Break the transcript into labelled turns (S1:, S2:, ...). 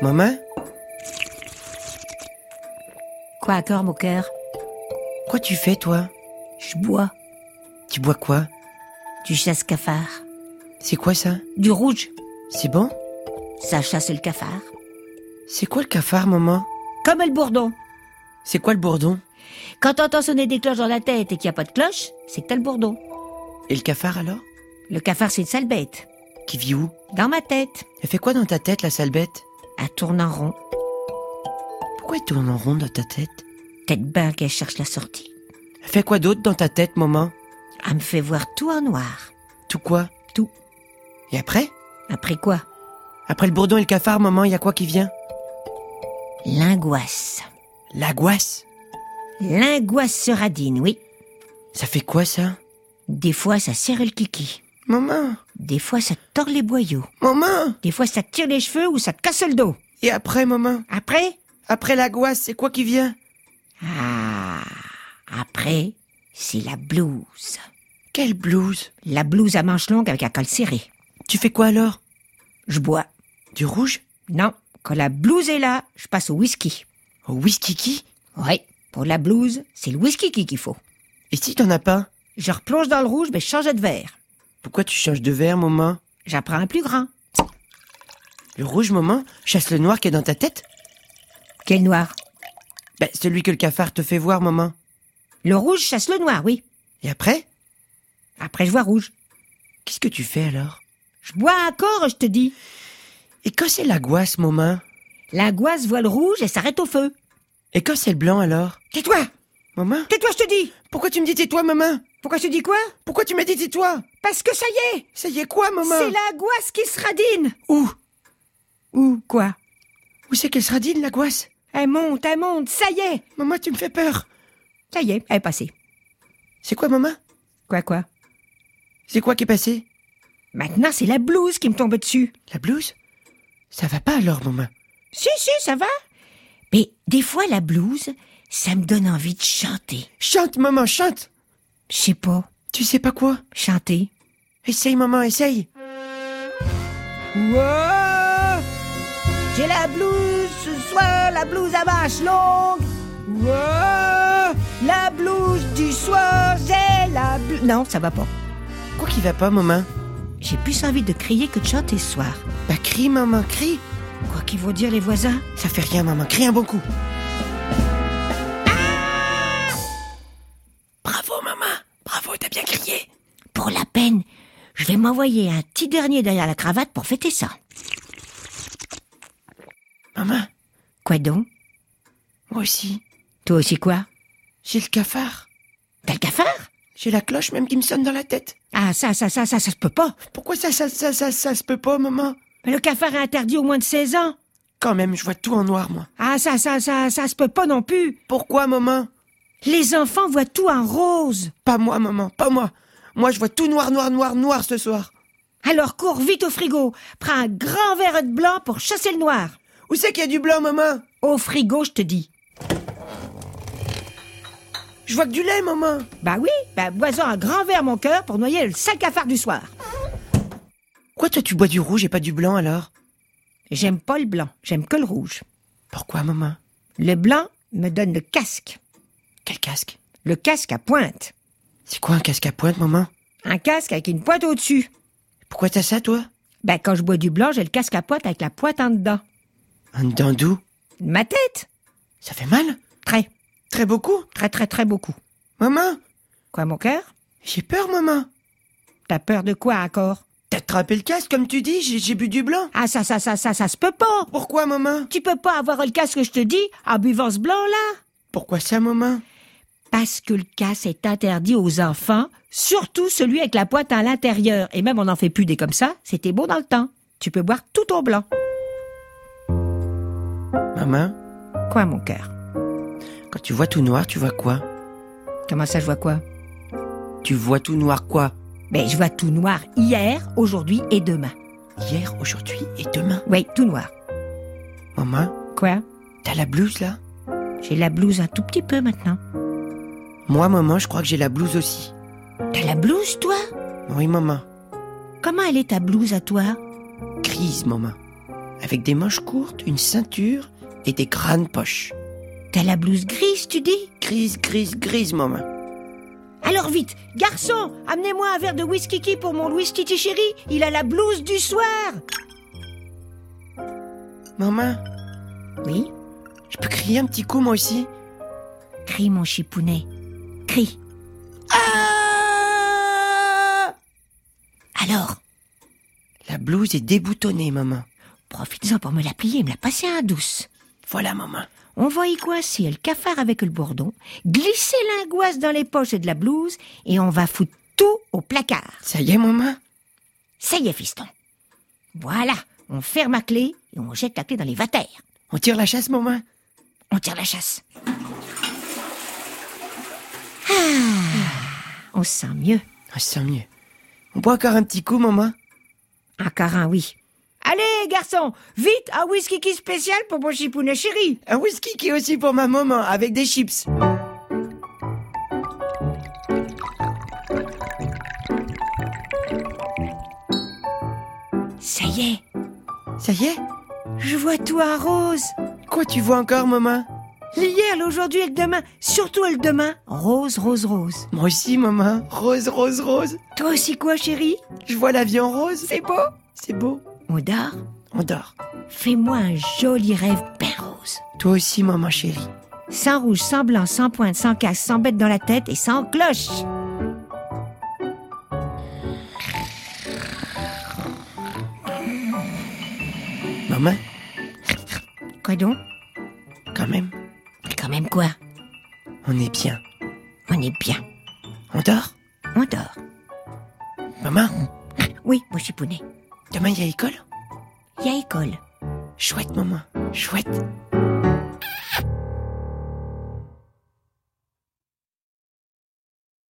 S1: Maman
S2: Quoi encore, mon cœur
S1: Quoi tu fais, toi
S2: Je bois
S1: Tu bois quoi
S2: du chasse cafard.
S1: C'est quoi ça
S2: Du rouge,
S1: C'est bon
S2: ça chasse le cafard.
S1: C'est quoi le cafard, maman
S2: Comme le bourdon.
S1: C'est quoi le bourdon
S2: Quand t'entends sonner des cloches dans la tête et qu'il n'y a pas de cloche, c'est que t'as le bourdon.
S1: Et le cafard, alors
S2: Le cafard, c'est une sale bête.
S1: Qui vit où
S2: Dans ma tête.
S1: Elle fait quoi dans ta tête, la sale bête
S2: Elle tourne en rond.
S1: Pourquoi elle tourne en rond dans ta tête
S2: Tête bain qu'elle cherche la sortie.
S1: Elle fait quoi d'autre dans ta tête, maman
S2: Elle me fait voir tout en noir.
S1: Tout quoi
S2: Tout.
S1: Et après
S2: Après quoi
S1: Après le bourdon et le cafard, maman, il y a quoi qui vient
S2: L'angoisse.
S1: L'angoisse
S2: L'angoisse se radine, oui.
S1: Ça fait quoi, ça
S2: Des fois, ça serre le kiki.
S1: Maman
S2: Des fois, ça te tord les boyaux.
S1: Maman
S2: Des fois, ça te tire les cheveux ou ça te casse le dos.
S1: Et après, maman
S2: Après
S1: Après l'angoisse, c'est quoi qui vient
S2: Ah Après, c'est la blouse.
S1: Quelle blouse
S2: La blouse à manches longues avec un col serré.
S1: Tu fais quoi alors
S2: Je bois.
S1: Du rouge
S2: Non, quand la blouse est là, je passe au whisky.
S1: Au whisky qui
S2: Ouais, pour la blouse, c'est le whisky qui qu'il faut.
S1: Et si t'en as pas
S2: Je replonge dans le rouge, mais je change de verre.
S1: Pourquoi tu changes de verre, maman
S2: J'apprends un plus grand.
S1: Le rouge, maman, chasse le noir qui est dans ta tête
S2: Quel noir
S1: Ben, celui que le cafard te fait voir, maman.
S2: Le rouge chasse le noir, oui.
S1: Et après
S2: Après, je vois rouge.
S1: Qu'est-ce que tu fais alors
S2: Je bois encore, je te dis.
S1: Et quand c'est l'angoisse, maman
S2: L'angoisse voit le rouge et s'arrête au feu.
S1: Et quand c'est le blanc alors
S2: Tais-toi
S1: Maman
S2: Tais-toi, je te dis
S1: Pourquoi tu me dis tais-toi, maman
S2: Pourquoi je te dis quoi
S1: Pourquoi tu m'as dit tais-toi
S2: Parce que ça y est
S1: Ça y est quoi, maman
S2: C'est l'angoisse qui se radine
S1: Où
S2: Ou quoi
S1: Où c'est qu'elle sera dit, l'angoisse
S2: Elle monte, elle monte, ça y est
S1: Maman, tu me fais peur
S2: Ça y est, elle est passée.
S1: C'est quoi, maman
S2: Quoi, quoi
S1: C'est quoi qui est passé
S2: Maintenant, c'est la blouse qui me tombe dessus.
S1: La blouse Ça va pas alors, maman
S2: Si, si, ça va. Mais des fois, la blouse, ça me donne envie de chanter.
S1: Chante, maman, chante
S2: Je sais pas,
S1: Tu sais pas quoi
S2: chanter.
S1: Essaye, maman, essaye
S2: Ouah J'ai la blouse ce soir, la blouse à manches longues. Ouah La blouse du soir, j'ai la blouse. Non, ça va pas.
S1: Quoi qui va pas, maman
S2: J'ai plus envie de crier que de chanter ce soir.
S1: Bah, crie, maman, crie
S2: Quoi qu'ils vont dire les voisins
S1: Ça fait rien, maman, crie un bon coup Ah Bravo, maman Bravo, t'as bien crié
S2: Pour la peine, je vais m'envoyer un petit dernier derrière la cravate pour fêter ça.
S1: Maman,
S2: Quoi donc
S1: moi aussi,
S2: Toi aussi quoi
S1: j'ai le cafard
S2: T'as le cafard
S1: J'ai la cloche même qui me sonne dans la tête
S2: Ah ça, ça, ça, ça, ça se peut pas.
S1: Pourquoi ça, ça, ça, ça, ça se peut pas, maman
S2: Mais le cafard est interdit au moins de 16 ans.
S1: Quand même, je vois tout en noir, moi
S2: Ah ça, ça, ça, ça se peut pas non plus.
S1: Pourquoi, maman
S2: Les enfants voient tout en rose.
S1: Pas moi, maman, pas moi Moi, je vois tout noir, noir, noir, noir ce soir
S2: Alors cours vite au frigo. Prends un grand verre de blanc pour chasser le noir.
S1: Où c'est qu'il y a du blanc, maman
S2: Au frigo, je te dis.
S1: Je vois que du lait, maman
S2: Bah oui, bah bois-en un grand verre, mon cœur, pour noyer le sale cafard du soir.
S1: Quoi, toi, tu bois du rouge et pas du blanc, alors
S2: J'aime pas le blanc, j'aime que le rouge.
S1: Pourquoi, maman
S2: Le blanc me donne le casque.
S1: Quel casque
S2: Le casque à pointe.
S1: C'est quoi un casque à pointe, maman
S2: Un casque avec une pointe au-dessus.
S1: Pourquoi t'as ça, toi
S2: Ben, quand je bois du blanc, j'ai le casque à pointe avec la pointe en dedans.
S1: Un dandou
S2: Ma tête
S1: Ça fait mal
S2: Très,
S1: Très beaucoup
S2: très, très, très beaucoup.
S1: Maman
S2: Quoi, mon cœur
S1: J'ai peur, maman
S2: T'as peur de quoi encore
S1: T'as attrapé le casque, comme tu dis, j'ai- j'ai bu du blanc
S2: Ah, ça, ça, ça, ça, ça se peut pas
S1: Pourquoi, maman
S2: Tu peux pas avoir le casque, je te dis, en buvant ce blanc-là
S1: Pourquoi ça, maman
S2: Parce que le casque est interdit aux enfants, surtout celui avec la pointe à l'intérieur. Et même, on n'en fait plus des comme ça, c'était beau dans le temps. Tu peux boire tout au blanc.
S1: Maman,
S2: Quoi, mon cœur
S1: quand tu vois tout noir, tu vois quoi
S2: Comment ça, je vois quoi
S1: Tu vois tout noir quoi
S2: Ben, je vois tout noir hier, aujourd'hui et demain.
S1: Hier, aujourd'hui et demain.
S2: Oui, tout noir.
S1: Maman,
S2: Quoi
S1: t'as la blouse, là
S2: J'ai la blouse un tout petit peu maintenant.
S1: Moi, maman, je crois que j'ai la blouse aussi.
S2: T'as la blouse, toi
S1: Oui, maman.
S2: Comment elle est ta blouse à toi
S1: Crise, maman. avec des manches courtes, une ceinture et des grandes poches.
S2: T'as la blouse grise, tu dis
S1: Grise, grise, grise, maman.
S2: Alors vite, garçon, amenez-moi un verre de whisky pour mon Louis Titi chéri. Il a la blouse du soir.
S1: Maman,
S2: Oui,
S1: je peux crier un petit coup moi aussi
S2: crie mon chipounet. Crie. Ah! Alors,
S1: La blouse est déboutonnée, maman.
S2: profites-en pour me la plier et me la passer à douce.
S1: Voilà, maman.
S2: On va y coincer le cafard avec le bourdon, glisser l'angoisse dans les poches de la blouse et on va foutre tout au placard.
S1: Ça y est, maman
S2: Ça y est, fiston. Voilà, on ferme à clé et on jette la clé dans les vatères.
S1: On tire la chasse, maman
S2: On tire la chasse. Ah, Ah, on se sent mieux.
S1: On se sent Ah, mieux. On boit encore un petit coup, maman
S2: Un carin, oui. Allez, garçon, vite un whisky qui spécial pour mon chipounet chéri.
S1: Un whisky qui est aussi pour ma maman, avec des chips.
S2: Ça y est,
S1: Ça y est
S2: je vois tout en rose.
S1: Quoi tu vois encore, maman
S2: L'hier, l'aujourd'hui et le demain, surtout le demain. Rose, rose, rose.
S1: Moi aussi, maman. Rose, rose, rose.
S2: Toi aussi quoi, chéri
S1: Je vois la vie en rose. C'est beau. C'est beau.
S2: Odor,
S1: On dort.
S2: fais-moi un joli rêve bien rose.
S1: Toi aussi, maman chérie.
S2: Sans rouge, sans blanc, sans pointe, sans casse, sans bête dans la tête et sans cloche.
S1: Maman,
S2: Quoi donc
S1: quand même,
S2: Mais quand même quoi
S1: on est bien.
S2: On est bien.
S1: On dort
S2: On dort.
S1: Maman,
S2: Oui, mon chipounet.
S1: demain il y a école
S2: Il y a école.
S1: Chouette, maman. Chouette.